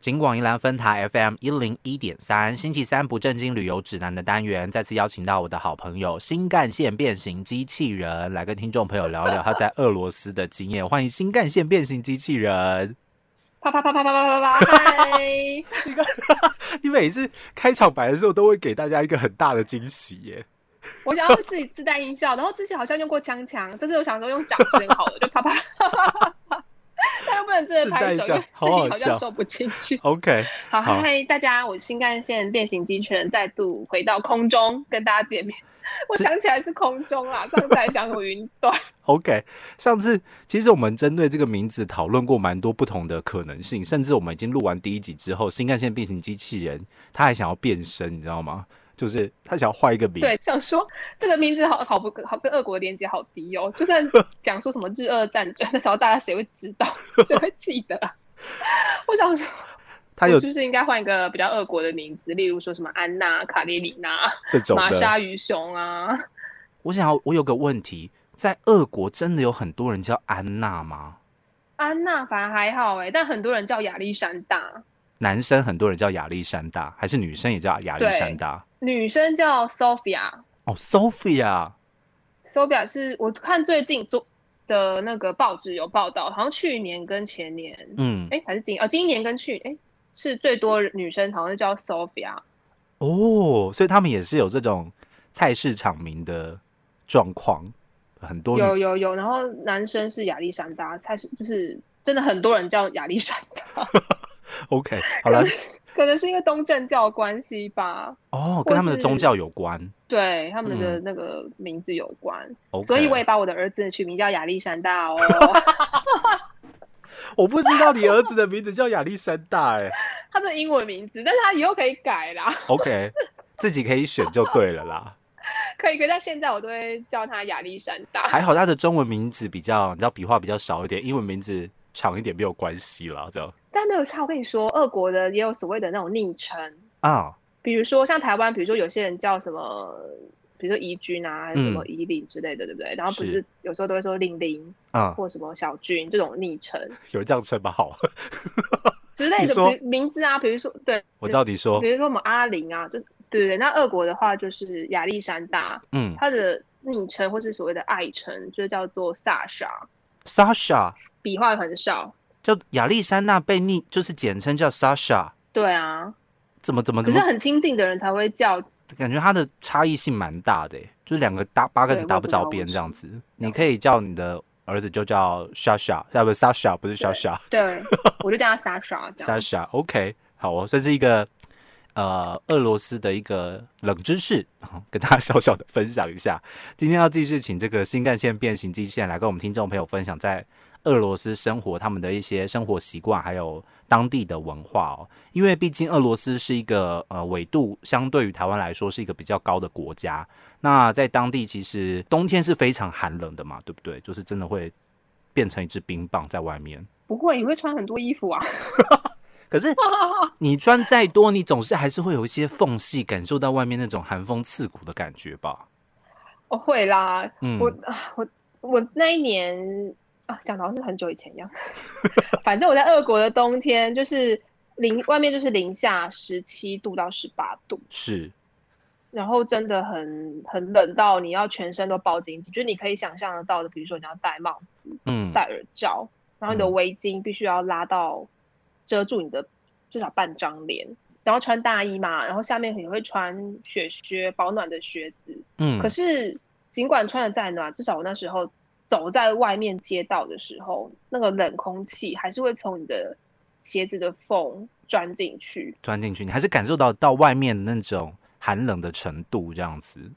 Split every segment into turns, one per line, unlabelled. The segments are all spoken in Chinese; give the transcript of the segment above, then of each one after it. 金广宜兰分台 FM 一零一点三，星期三不正经旅游指南的单元，再次邀请到我的好朋友新干线变形机器人来跟听众朋友聊聊他在俄罗斯的经验。欢迎新干线变形机器人！
啪啪啪啪啪啪啪啪！嗨，
你每次开场白的时候都会给大家一个很大的惊喜耶。
我想要自己自带音效，然后之前好像用过锵锵，这次我想说用掌声好了，就啪啪啪啪啪啪。但又不能真的拍手，
自带一下
因为声
好好
音好像
笑
收不进去。
OK，
好，
好
嗨，大家，我新干线变形机器人再度回到空中跟大家见面。我
这
想起来是空中啦，上次还想我云 端。
OK，上次其实我们针对这个名字讨论过蛮多不同的可能性，甚至我们已经录完第一集之后，新干线变形机器人他还想要变身，你知道吗？就是他想要换一个名
对，
字，
想说这个名字好好不好跟俄国连接好低哦，就算讲说什么日俄战争，那时候大家谁会知道，谁会记得啊？我想说，
他
我
有
是不是应该换一个比较俄国的名字，例如说什么安娜、卡列里娜、
这种
玛
的。
莎鱼熊啊？
我想要，我有个问题，在俄国真的有很多人叫安娜吗？
安娜反而还好哎、但很多人叫亚历山大，
男生很多人叫亚历山大，还是女生也叫亚历山大？
女生叫 Sophia。
哦，Sophia，
Sophia 是我看最近做的那个报纸有报道，好像去年跟前年，
嗯，
哎、还是今呃今年跟去哎、是最多女生好像是叫 Sophia，
哦，所以他们也是有这种菜市场名的状况，很多女
有有有，然后男生是亚历山大，才是就是真的很多人叫亚历山大，
OK，好了，
可能是因为东正教关系吧，
哦，跟他们的宗教有关。
对他们的那个名字有关，
嗯 OK，
所以我也把我的儿子取名叫亚历 山大哦。
我不知道你儿子的名字叫亚历山大哎、
他的英文名字，但是他以后可以改啦，
OK，自己可以选就对了啦。
可以。可以但现在我都会叫他亚历山大。
还好他的中文名字比较，你知道笔画比较少一点，英文名字长一点没有关系啦，这样
但没有差，我跟你说，俄国的也有所谓的那种昵称，
啊，
比如说像台湾，比如说有些人叫什么，比如说怡君啊，还是什么怡玲之类的，对不对？然后
嗯
不
是
是有时候都会说玲玲
嗯，
或什么小君这种昵称
有人这样称吗？好，
之类
你
的
说哦
比如名字啊，比如说对，
我知道你说
比，如说我们阿玲啊，就是对对对。那俄国的话就是亚历山大，
嗯
他的昵称或是所谓的爱称就叫做萨莎，
，Sasha，
笔画很少。
就亚历山大被昵就是简称叫 Sasha，
对啊，
怎么怎么
可
怎
是
么，
很亲近的人才会叫
感觉它的差异性蛮大的、欸，就是两个搭八个字
对
搭
我
不
不知道
着边这样子。你可以叫你的儿子就叫 Sasha，啊不是 Sasha，不是 Sasha。
对，我就叫他 Sasha 这样。
Sasha，OK，、好哦，算是一个呃俄罗斯的一个冷知识， 好跟大家小小的分享一下。今天要继续请这个新干线变形机器人来跟我们听众朋友分享在俄罗斯生活他们的一些生活习惯，还有当地的文化哦。因为毕竟俄罗斯是一个呃纬度相对于台湾来说是一个比较高的国家，那在当地其实冬天是非常寒冷的嘛，对不对？就是真的会变成一只冰棒在外面。
不会，你会穿很多衣服啊。
可 是你穿再多，你总是还是会有一些缝隙，感受到外面那种寒风刺骨的感觉吧？
我哦会啦，
嗯，
我啊我我那一年啊，讲的好像是很久以前一 样。反正我在俄国的冬天，就是零外面就是零下十七度到十八度，
是
然后真的很很冷到你要全身都包巾巾，就是你可以想象得到的，比如说你要戴帽、
嗯
戴耳罩，然后你的
嗯
围巾必须要拉到遮住你的至少半张脸。然后穿大衣嘛，然后下面也会穿雪靴，保暖的靴子，
嗯，
可是尽管穿的再暖，至少我那时候走在外面街道的时候，那个冷空气还是会从你的鞋子的缝钻进去。
钻进去，你还是感受到到外面那种寒冷的程度，这样子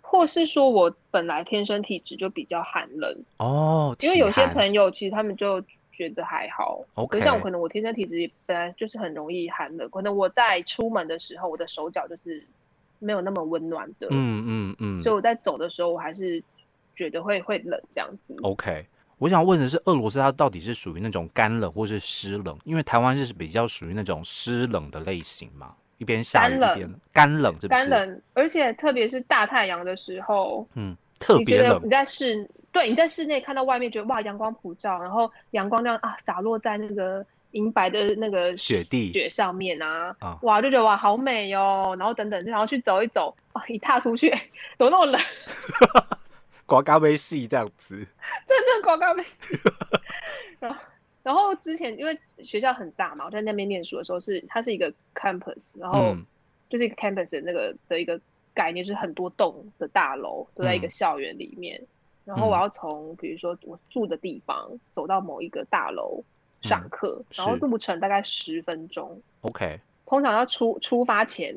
或是说我本来天生体质就比较寒冷，
哦。
因为有些
友
朋友其实他们就觉得还好。可
OK，
是像我可能我天生体质本来就是很容易寒冷，可能我在出门的时候，我的手脚就是没有那么温暖的，
嗯嗯嗯，
所以我在走的时候，我还是觉得会会冷这样子。
OK，我想问的是，俄罗斯它到底是属于那种干冷或是湿冷？因为台湾是比较属于那种湿冷的类型嘛，一边下雨
干
一
冷
边干冷，是不是？
干，冷，而且特别是大太阳的时候，
嗯，特
你
别
觉得
冷
你在室对你在室内看到外面，觉得哇阳光普照，然后阳光这样啊洒落在那个银白的那个
雪地
雪上面啊，
啊
哇，就觉得哇好美哦，然后等等，然后去走一走，哇，一踏出去，怎么那么冷？
刮咖啡系这样子，
真的广告被 洗。然后，然后之前因为学校很大嘛，我在那边念书的时候是它是一个 campus，然后
嗯
就是一个 campus 的那个的一个概念，就是很多栋的大楼都在一个
嗯
校园里面。然后我
嗯
要从比如说我住的地方走到某一个大楼上
嗯
课，然后
是
路程大概十分钟，
，OK，
通常要出出发前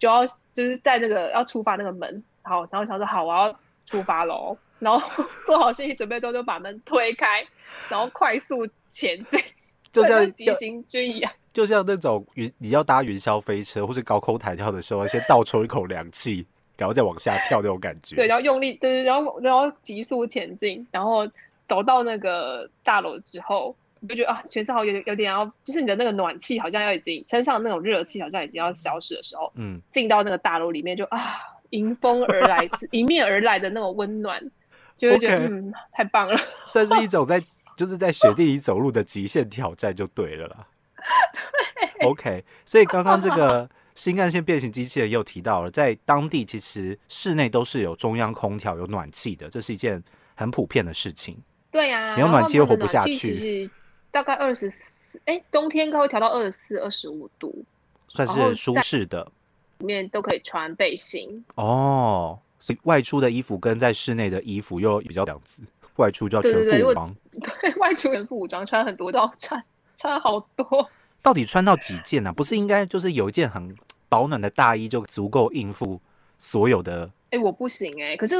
就要就是在那个要出发那个门，好，然后想说好我要出发喽，然后 做好心理准备之后就把门推开，然后快速前进，
就
这
像
跟急行军一样。
就像那种云，你要搭云霄飞车或是高空弹跳的时候，要先倒抽一口凉气，然后再往下跳那种感觉。
对，然后用力，对对，然后然后急速前进，然后走到那个大楼之后，你就觉得啊，全身好像有点有点要，就是你的那个暖气好像要已经身上那种热气好像已经要消失的时候，
嗯，
进到那个大楼里面就啊，迎风而来，就是迎面而来的那种温暖，就会觉得
OK
嗯，太棒了。
算是一种在 就是在雪地里走路的极限挑战就对了啦。OK，所以刚刚这个新干线变形机器人也有提到了，在当地其实室内都是有中央空调、有暖气的，这是一件很普遍的事情。
对呀、
没有
然后
暖气
他
又
们
活
的
不下
暖气其
去
实大概二十四，哎，冬天应该会调到二十四、二十五度，
算
然
是
后
舒适的
里面都可以穿背心。
哦。所以外出的衣服跟在室内的衣服又比较这样子，外出就要
对
全
对对
副
如
武
果
装。
对外出人不武装，穿很多道，穿穿好多。
到底穿到几件啊呢、不是应该就是有一件很保暖的大衣就足够应付所有的？
哎，我不行哎、可是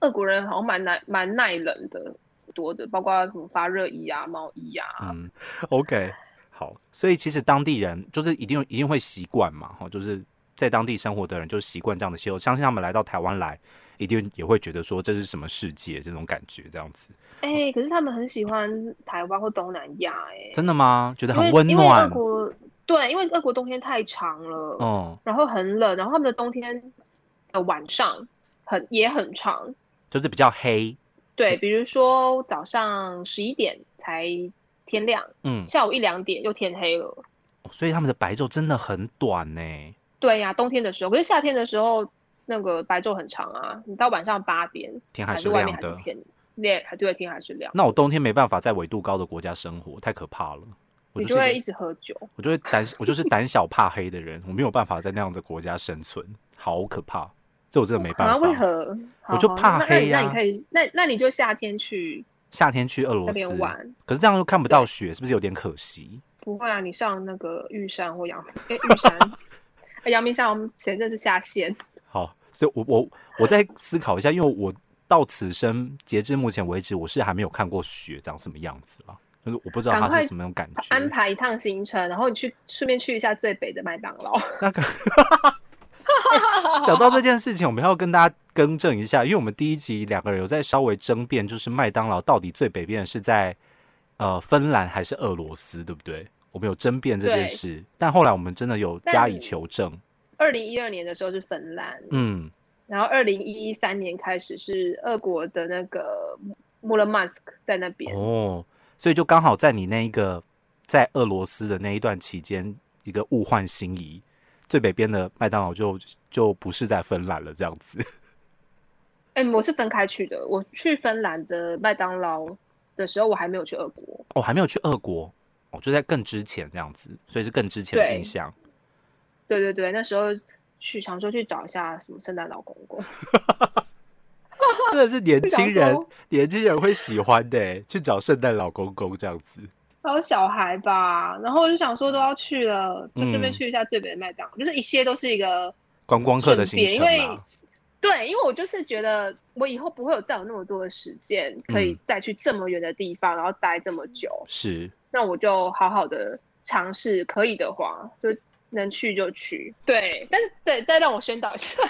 俄国人好像蛮耐蛮耐冷的，多的，包括什么发热衣啊、毛衣啊。
嗯，OK，好，所以其实当地人就是一定一定会习惯嘛，哈，就是在当地生活的人就习惯这样的气候，相信他们来到台湾来，一定也会觉得说这是什么世界这种感觉，这样子，
哎、可是他们很喜欢台湾或东南亚哎、
嗯真的吗？觉得
因为
很温
因为俄
暖，
国对，因为俄国冬天太长了，
嗯，
然后很冷，然后他们的冬天的晚上很也很长，
就是比较黑，嗯
对，比如说早上十一点才天亮，
嗯，
下午一两点又天黑了。
所以他们的白昼真的很短呢、
对呀、冬天的时候，可是夏天的时候那个白昼很长啊，你到晚上八点
天还
还
是
是外面
亮
还是
的。
天，对，还对天还是亮，
那我冬天没办法在纬度高的国家生活，太可怕了。我
你
就是
就
一个
会一直喝酒。
我就会胆，我就是胆小怕黑的人，我没有办法在那样的国家生存，好可怕，这我真的没办
啊？为
法。
何？
我就
好好
怕
那
黑
那你
呀
那你可以，那那你就夏天去
夏天去俄罗
那
斯
边，玩。
可是这样又看不到雪，是不是有点可惜？
不会啊，你上那个玉山或阳诶玉 山，诶阳明山我们前阵是下线，
好，所以我我我在思考一下，因为我到此生截至目前为止，我是还没有看过雪长什么样子啦，就是我不知道
赶
它
快
是什么样感
安
觉。
排一趟行程，然后你去顺便去一下最北的麦当劳。
那个讲到这件事情，我们要跟大家更正一下，因为我们第一集两个人有在稍微争辩，就是麦当劳到底最北边是在呃芬兰还是俄罗斯，对不对？我们有争辩这件
对
事，但后来我们真的有
但
加以求证。
二零一二年的时候是芬兰，
嗯，
然后二零一三年开始是俄国的那个穆勒曼斯克在那边，
哦，所以就刚好在你那一个在俄罗斯的那一段期间，一个物换星移，最北边的麦当劳就就不是在芬兰了，这样子。
哎、我是分开去的。我去芬兰的麦当劳的时候，我还没有去俄国。
哦，还没有去俄国，哦，就在更之前这样子，所以是更之前的
对
印 象。
对对对，那时候去想说去找一下什么圣诞老公公。
真的是年轻人
想说，
年轻人会喜欢的欸，去找圣诞老公公这样子。
还有小孩吧，然后我就想说都要去了，就顺
嗯
便去一下最北的麦当劳，就是一切都是一个
观光客的
顺
行
便
程啊
因为
啦，
对，因为我就是觉得我以后不会有再有那么多的时间可以
嗯
再去这么远的地方，然后待这么久，
是
那我就好好的尝试，可以的话就能去就去。对，但是对，再让我宣导 一下，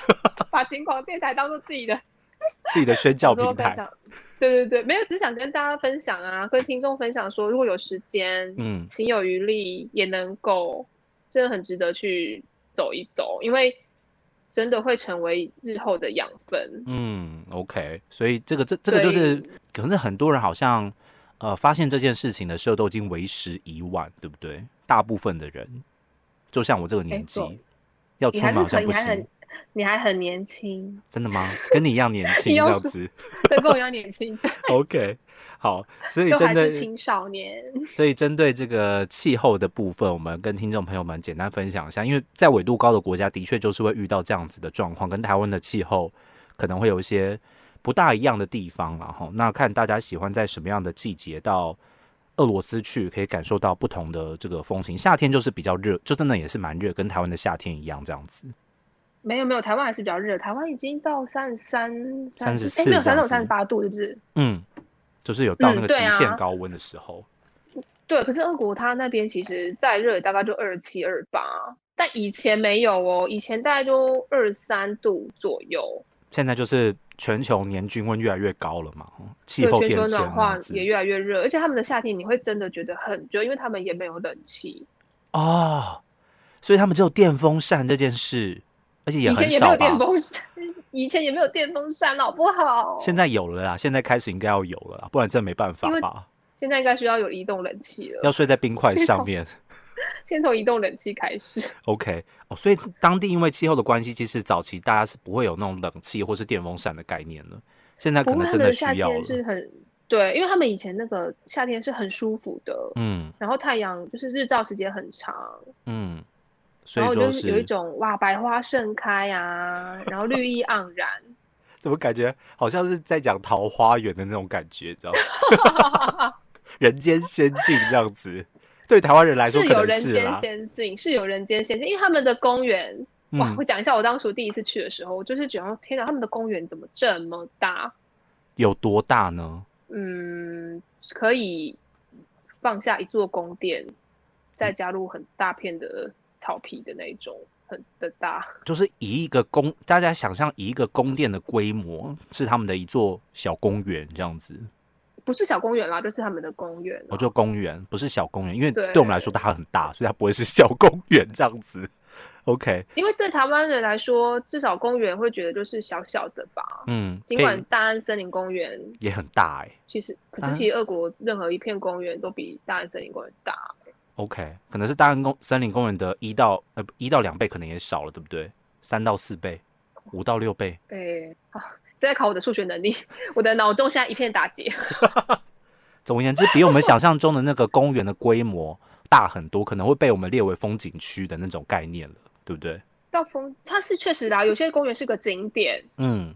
把景广电台当做自己的
自己的宣教
多
平
分
台。
享。对对对，没有，只想跟大家分享啊，跟听众分享说，如果有时间，
嗯，
情有余力也能够，真的很值得去走一走，因为真的会成为日后的养分。
嗯嗯，OK，所以这个这这个就
所以
是，可是很多人好像呃发现这件事情的时候都已经为时已晚，对不对？大部分的人，就像我这个年纪，
对
要
你
出
还
门
是
好像
很，
不
你还
行
很，，你还很年轻，
真的吗？跟你一样年轻这
你要
样
说
子
对，跟我一样年轻，
，OK。好，所以
都
针
还
对
是青少年。
所以针对这个气候的部分，我们跟听众朋友们简单分享一下，因为在纬度高的国家，的确就是会遇到这样子的状况，跟台湾的气候可能会有一些不大一样的地方然后那看大家喜欢在什么样的季节到俄罗斯去，可以感受到不同的这个风情。夏天就是比较热，就真的也是蛮热，跟台湾的夏天一样这样子。
没有没有，台湾还是比较热，台湾已经到三十三、
34
哎，没有
这
三
样
十
子
三十八度，是不是？
嗯，就是有到
嗯
那个
对
极
啊
限高温的时候。
对，可是俄国它那边其实再热也大概就二七、二八，但以前没有哦，以前大概就二三度左右。
现在就是全球年均温越来越高了嘛，哦气
对，
候
全
变
球
迁啊
暖
这
化
样子
也越来越热，而且他们的夏天你会真的觉得很热，因为他们也没有冷气，
哦，所以他们只有电风扇这件事，而且也
以
很
前也没
少
有电
吧。
风扇，以前也没有电风扇，好不好？
现在有了啦，现在开始应该要有了啦，不然真没办法
因为
吧？
现在应该需要有移动冷气了，
要睡在冰块
这
上
种
面。
先从移动冷气开始。
OK，哦，所以当地因为气候的关系，其实早期大家是不会有那种冷气或是电风扇的概念的，现在
不
可
过
能
他
真
们
的需
夏
要了
天。是很对，因为他们以前那个夏天是很舒服的，
嗯
然后太阳就是日照时间很长，
嗯，所
然
以
后
说
就是有一种哇百花盛开啊，然后绿意盎 然，
怎么感觉好像是在讲桃花源的那种感觉，知道吗？ 人间仙境这样子，对台湾人来说
是
可
有
能
人
是
间
啦。
仙境，是有人间仙境，因为他们的公园。哇
嗯！
我讲一下，我当初第一次去的时候，我就是觉得天哪，他们的公园怎么这么大？
有多大呢？
嗯，可以放下一座宫殿，
嗯
再加入很大片的草皮的那一种，很的大。
就是以一个宫，大家想象以一个宫殿的规模是他们的一座小公园这样子，
不是小公园啦，就是他们的公园啦。
哦我就公园不是小公园，因为
对
对我们来说它很大，所以它不会是小公园这样子。OK，
因为对台湾人来说，至少公园会觉得就是小小的吧。
嗯，
尽
可以
管大安森林公园
也很大哎、
其实，可
啊
是其实俄国任何一片公园都比大安森林公园大。
OK，可能是大安公森林公园的一到呃不一到两倍，可能也少了，对不对？三到四倍，五到六倍。
哎、啊，这在考我的数学能力，我的脑中现在一片打结。
总而言之，比我们想象中的那个公园的规模大很多，可能会被我们列为风景区的那种概念了，对不对？
到风，它是确实啦，有些公园是个景点，
嗯，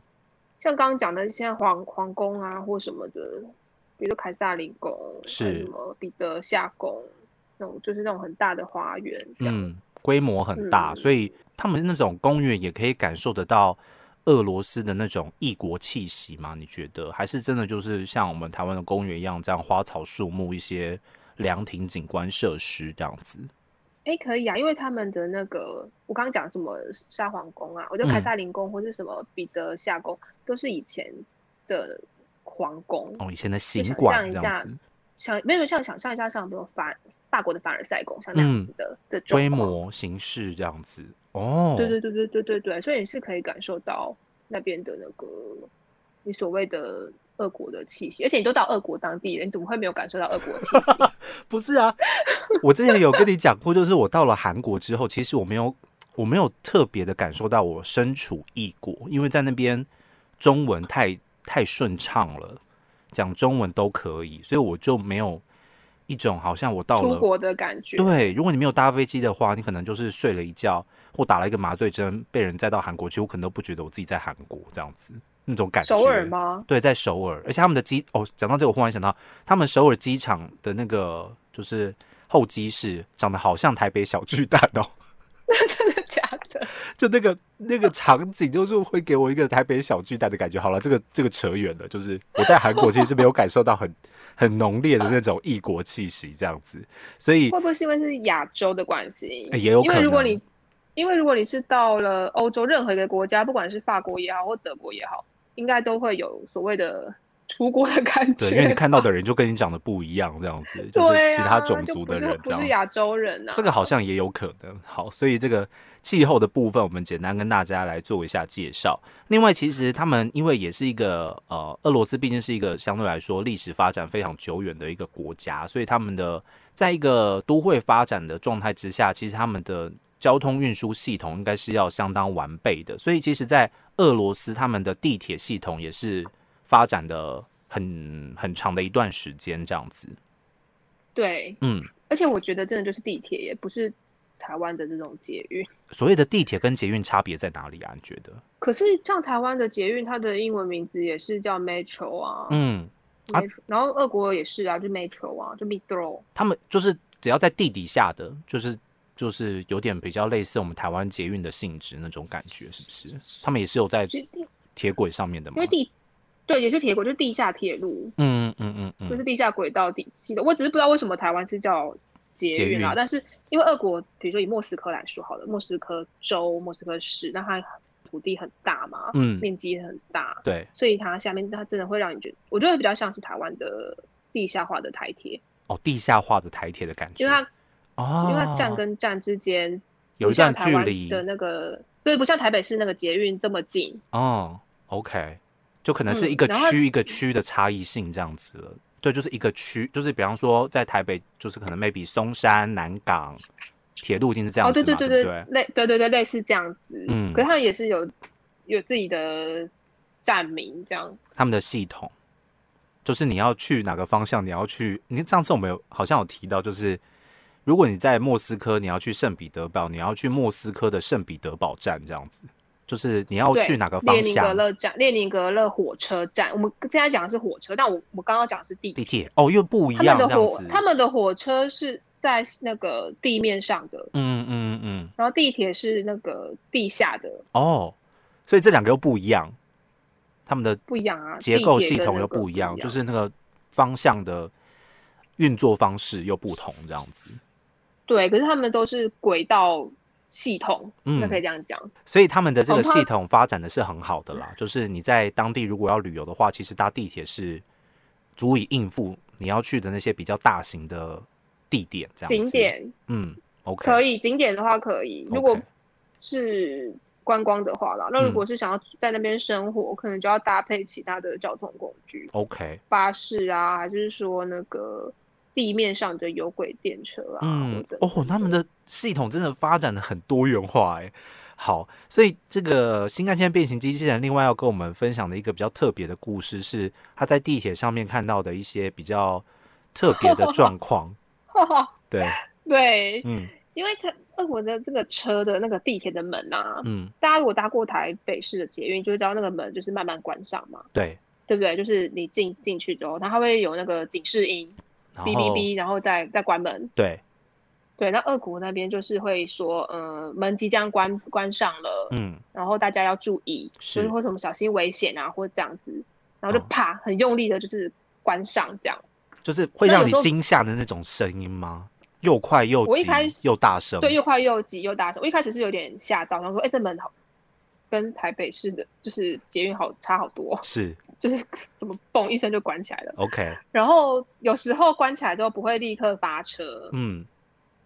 像刚刚讲的，现在皇皇宫啊或什么的，比如说凯撒林宫，还有
是
什么彼得夏宫，那种就是那种很大的花园这样。
嗯，规模很大，
嗯
所以他们那种公园也可以感受得到俄罗斯的那种异国气息吗？你觉得还是真的就是像我们台湾的公园一样，这样花草树木、一些凉亭、景观设施这样子？
哎，可以啊，因为他们的那个，我刚刚讲什么沙皇宫啊，我觉得
嗯
凯撒林宫或是什么彼得夏宫，都是以前的皇宫。
哦，以前的行馆
就想象一
这
下
样子，
想没有像想象一下，像比如法法国的凡尔赛宫，像那
嗯
样子的、的状
规
况。
模、形式这样子。哦，
对对对对对对对，所以你是可以感受到那边的那个你所谓的俄国的气息，而且你都到俄国当地了，你怎么会没有感受到俄国的气 息？
不是啊，我之前有跟你讲过，就是我到了韩国之后，其实我没有我没有特别的感受到我身处异国，因为在那边中文太太顺畅了，讲中文都可以，所以我就没有一种好像我到
出
了
国的感觉。
对，如果你没有搭飞机的话，你可能就是睡了一觉或打了一个麻醉针，被人载到韩国去，我可能都不觉得我自己在韩国这样子那种感觉。
首尔吗？
对，在首尔，而且他们的机哦，讲到这个，我忽然想到，他们首尔机场的那个就是候机室，长得好像台北小巨蛋哦，
真的假的？
就那个那个场景，就是会给我一个台北小巨蛋的感觉。好了，这个这个扯远了，就是我在韩国其实是没有感受到很很浓烈的那种异国气息这样子，所以
会不会是因为是亚洲的关系？
哎也有
因
可
为如果
能
你因为如果你是到了欧洲任何一个国家，不管是法国也好或德国也好，应该都会有所谓的出国的感觉吧。
对，因为你 看到的人就跟你讲的不一样，这样子就是
对
其他
啊
种
就
族
不
的
是
人这
不
样
是。亚洲人啊。
这个好像也有可能。好，所以这个气候的部分，我们简单跟大家来做一下介绍。另外，其实他们因为也是一个呃，俄罗斯毕竟是一个相对来说历史发展非常久远的一个国家，所以他们的在一个都会发展的状态之下，其实他们的交通运输系统应该是要相当完备的。所以，其实，在俄罗斯，他们的地铁系统也是发展的很很长的一段时间，这样子。
对，
嗯，
而且我觉得真的就是地铁，也不是台湾的这种捷运。
所谓的地铁跟捷运差别在哪里啊？你觉得？
可是像台湾的捷运，它的英文名字也是叫 Metro 啊、
嗯，啊
m e t r o 然后俄国也是啊，就 Metro 啊，就 Metro。
他们就是只要在地底下的，就是就是有点比较类似我们台湾捷运的性质那种感觉，是不是？他们也是有在
其实地
铁轨上面的
因
吗
为？地对也是铁轨，就是地下铁路，
嗯嗯嗯
就是
嗯，
地下轨道底系的。我只是不知道为什么台湾是叫捷
捷
运啊，
运
但是因为俄国，比如说以莫斯科来说好了，莫斯科州、莫斯科市，那它土地很大嘛，
嗯
面积也很大，
对，
所以它下面它真的会让你觉得，我觉得比较像是台湾的地下化的台铁，
哦，地下化的台铁的感觉，
因为它
哦，
因为它站跟站之间
有
不
一段
像
距
台湾
离
的那个，对，不像台北市那个捷运这么近。
哦，OK，就可能是
嗯
一个
然后
区一个区的差异性这样子了。对，就是一个区，就是比方说在台北，就是可能 maybe 松山、南港，铁路一定是这样
哦，
子
对
嘛，
对
对
对
不对？
类对对对类似这样子。
嗯
可是它也是有有自己的站名这样。
他们的系统，就是你要去哪个方向，你要去。你上次我们有好像有提到，就是如果你在莫斯科，你要去圣彼得堡，你要去莫斯科的圣彼得堡站这样子，就是你要
对
哦去哪个方
列宁格
向？
勒站，列宁格勒火车站。我们现在讲的是火车，但我我刚刚讲的是地
地
铁。
铁哦，又不一
他
样
们
这
的
样
火
子。
他们的火车是在那个地面上的，
嗯嗯嗯，
然后地铁是那个地下的，
哦，所以这两个又不一样，他们的
不一样啊。
结构
地
系
铁跟
统
那
又
个
不
不
一样，就是那个方向的运作方式又不同这样子。
对，可是他们都是轨道系统，那
嗯
可以这样讲。
所以他们的这个
哦他
系统发展的是很好的啦，就是你在当地如果要旅游的话，其实搭地铁是足以应付你要去的那些比较大型的地点，这样子
景，点
嗯，OK，
可
以，
以，景点的话可以。如果是观光的话啦，那如
嗯
果是想要在那边生活，可能就要搭配其他的交通工具，
OK，
巴士啊，还是说那个地面上的有轨电车啊，
嗯
或者，
哦，他们的系统真的发展的很多元化哎。好，所以这个新干线变形机器人，另外要跟我们分享的一个比较特别的故事是，他在地铁上面看到的一些比较特别的状况。 对，
对，
嗯
因为它俄国的这个车的那个地铁的门啊，
嗯，
大家如果搭过台北市的捷运，就会知道那个门就是慢慢关上嘛，
对，
对不对？就是你进进去之后，它会有那个警示音，
然
哔
后
哔哔，然后再再关门。
对，
对，那俄国那边就是会说，呃，门即将关关上了，
嗯，
然后大家要注意，
是
就是或什么小心危险啊，或这样子，然后就
哦
啪、很用力的，就是关上这样。
就是会
那
让
有
你
时候
惊吓的那种声音吗？又快又
我一
急
开始
又大声，
对，又快又急又大声。我一开始是有点吓到，然后说，哎，这门好，跟台北市的就是捷运好差好多，
是
就是怎么嘣一声就关起来了。
OK，
然后有时候关起来之后不会立刻发车，
嗯，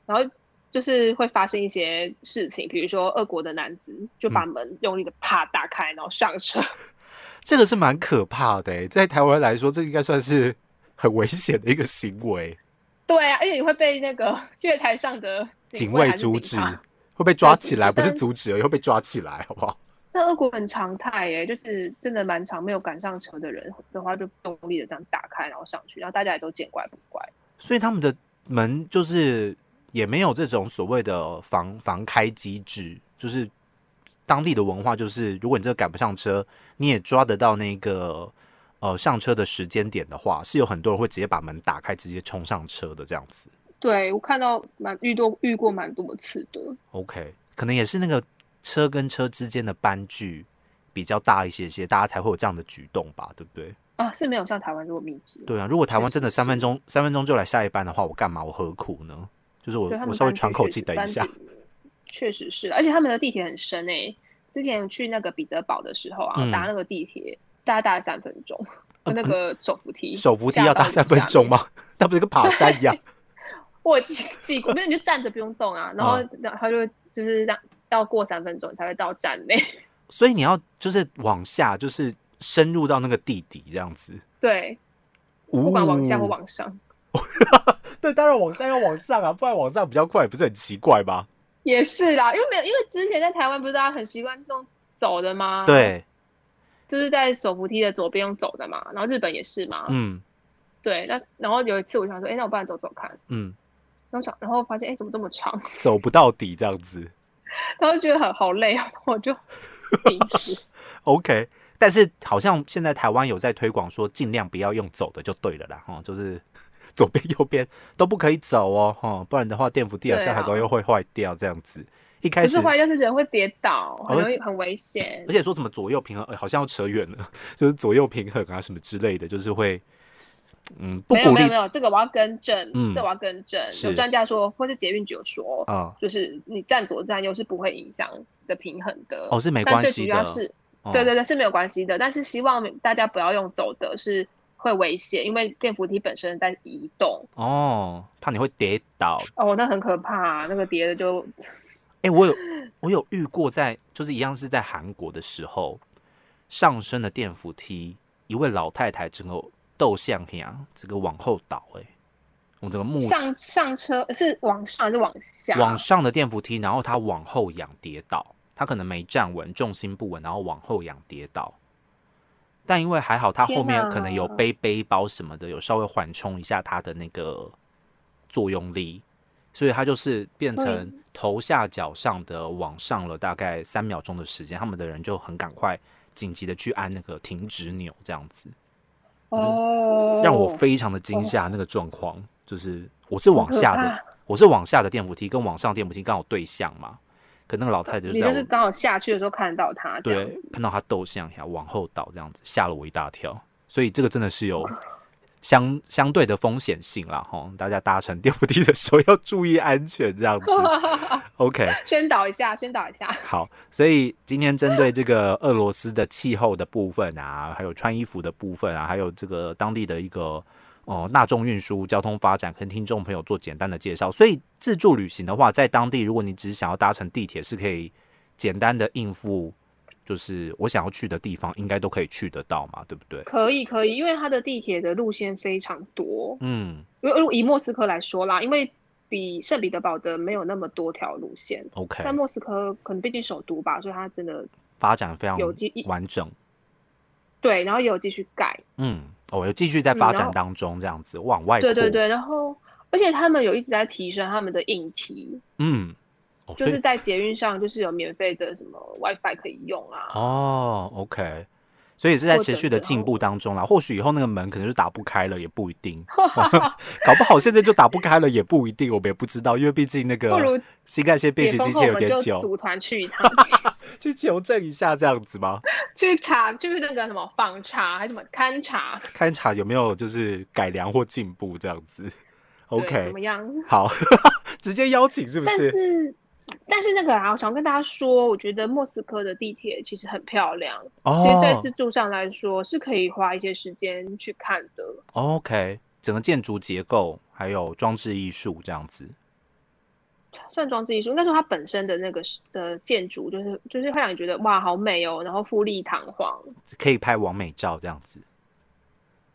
然后就是会发生一些事情，比如说俄国的男子就把
嗯
门用力的啪打开，然后上车。
这个是蛮可怕的欸，在台湾来说，这应该算是很危险的一个行为，
对啊，而且你会被那个 月台上的
警
卫
卫
还是
阻
警
止
察。呃
会被抓起来，
对
不是
但
阻止而已，会被抓起来，好不好？
那俄国很常态耶、就是真的蛮常没有赶上车的人的话，就用力的这样打开，然后上去，然后大家也都见怪不怪。
所以他们的门就是也没有这种所谓的呃防防开机制，就是当地的文化，就是如果你这个赶不上车，你也抓得到那个呃上车的时间点的话，是有很多人会直接把门打开，直接冲上车的这样子。
对我看到蛮遇多遇过蛮多次的，
OK，可能也是那个车跟车之间的班距比较大一些些，大家才会有这样的举动吧，对不对？
啊，是没有像台湾这么密集。
对啊，如果台湾
确
真的
实
三分钟三分钟就来下一班的话，我干嘛？我何苦呢？就是我
对，他
我
们
稍微
班
喘
距
口
确
气，
实
等一
班
下
距。确实是，而且他们的地铁很深诶、之前去那个彼得堡的时候啊，
嗯呃
搭那个地铁大概搭了三分钟，跟那个手扶梯，
手扶梯要搭三分钟吗？ 那不是跟 爬山一样？
我 记记过，没有你就站着不用动啊，然后
嗯
然后他就就是让要过三分钟才会到站内。
所以你要就是往下，就是深入到那个地底这样子。
对，不管往下
哦
或往上，
对，当然往上要往上啊，不然往上比较快，不是很奇怪吗？
也是啦，因为没有，因为之前在台湾不是大家很习惯用走的吗？，
对，
就是在手扶梯的左边用走的嘛，然后日本也是嘛。
嗯
对，那然后有一次我想说，哎、那我不然走走看，
嗯，
然后想，然后发现，哎、怎么这么长？
走不到底这样子。
然后觉得很好累啊，我就停止。
OK，但是好像现在台湾有在推广说，尽量不要用走的就对了啦，哦哈，就是 左边右边都不可以走哦，哈，不然的话电扶梯啊
对啊
下海都又会坏掉这样子。一 开
不
始
是，坏掉，是人会跌倒，
哦
很容易
那
很危险
而。且说什么左右平衡，呃好像要扯远了， 就是左右平衡啊什么之类的，就是会，嗯，不
没有
鼓
没
励
有没有，这个我要更正，
嗯
这个我要更正。有
是
专家说，或是捷运局有说，
啊、
就是你站左站右是不会影响的平衡的。
哦，是没
但
关
最
系
主
的
要，是，
哦
对对对，是没有关系的。但是希望大家不要用走的，是会危险，因为电扶梯本身在移动。
哦，怕你会跌倒。
哦，那很可怕、那个叠的就
哎、我有我有遇过在，就是一样是在韩国的时候，上升的电扶梯，一位老太太整个斗向呀，整个往后倒、哎，我整个目
上上车是往上还是往下？
往上的电扶梯，然后她往后仰跌倒，她可能没站稳，重心不稳，然后往后仰跌倒。但因为还好，她后面可能有
天哪
背背包什么的，有稍微缓冲一下她的那个作用力，所以她就是变
所以
成头下脚上的往上了大概三秒钟的时间，他们的人就很赶快紧急的去按那个停止钮，这样子
哦，
让我非常的惊吓。那个状况就是我是往下
好可
的，我是往下的电扶梯跟往上的电扶梯刚好对向嘛，可那个老太太就
你
在
就是
我
刚好下去的时候看到他，这样
对，看到他斗向一下往后倒这样子，吓了我一大跳。所以这个真的是有相相对的风险性啦，哈，大家搭乘电扶梯的时候要注意安全这样 子。OK，
宣导一下，宣导一下。
好，所以今天针对这个俄罗斯的气候的部分啊，还有穿衣服的部分啊，还有这个当地的一个哦大众运输交通发展，跟听众朋友做简单的介绍。所以自助旅行的话，在当地如果你只是想要搭乘地铁，是可以简单的应付，就是我想要去的地方，应该都可以去得到嘛，对不对？
可以可以，因为它的地铁的路线非常多，
嗯
因为以莫斯科来说啦，因为比圣彼得堡的没有那么多条路线，
，OK，
但莫斯科可能毕竟首都吧，所以它真的
发展非常
有机一
完整。
对，然后也有继续盖，
嗯，哦，有继续在
嗯
发
然
展
后
当中，这样子往外
对
扩
对，对，然后而且他们有一直在提升他们的硬体，
嗯，哦，
就
所以
是在捷运上就是有免费的什么 WiFi 可以用啊，
哦，OK，所以是在
或
持
者
续的
是
进
哦
步当中啦。或许以后那个门可能就打不开了，也不一 定，搞不好现在就打不开了，也不一定，我们也不知道，因为毕竟那
不如
个新干线变
解
形
封
机
后
器
我
有
们
点
就
久，
组团去一趟，
去求证一下这样子吗？
去查就是那个什么访查还是什么勘察
勘察有没有就是改良或进步这样子
对
？OK，
怎么样？
好， 直接邀请是不
但
是？
是但是那个啊，我想跟大家说，我觉得莫斯科的地铁其实很漂亮，其实对
哦
自助上来说是可以花一些时间去看的。
，OK，整个建筑结构还有装置艺术这样子，
算装置艺术，但是它本身的那个是的建筑，就是就是会让你觉得哇，好美哦，然后富丽堂皇。
可以拍完美照这样子，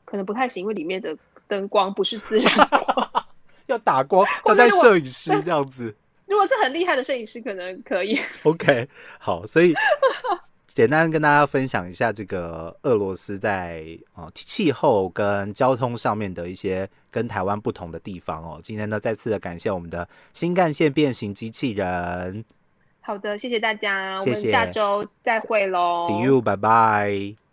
可能不太行，因为里面的灯光不是自然。
要打光，要
者
带
是我
摄影师这样子。
如果是很厉害的摄影师，可能可以。
OK，好，所以简单跟大家分享一下这个俄罗斯在呃气候跟交通上面的一些跟台湾不同的地方哦。今天呢，再次的感谢我们的新干线变形机器人
好的，谢谢大家，
谢
我
谢
们下周再会喽。哦
，See you，拜拜。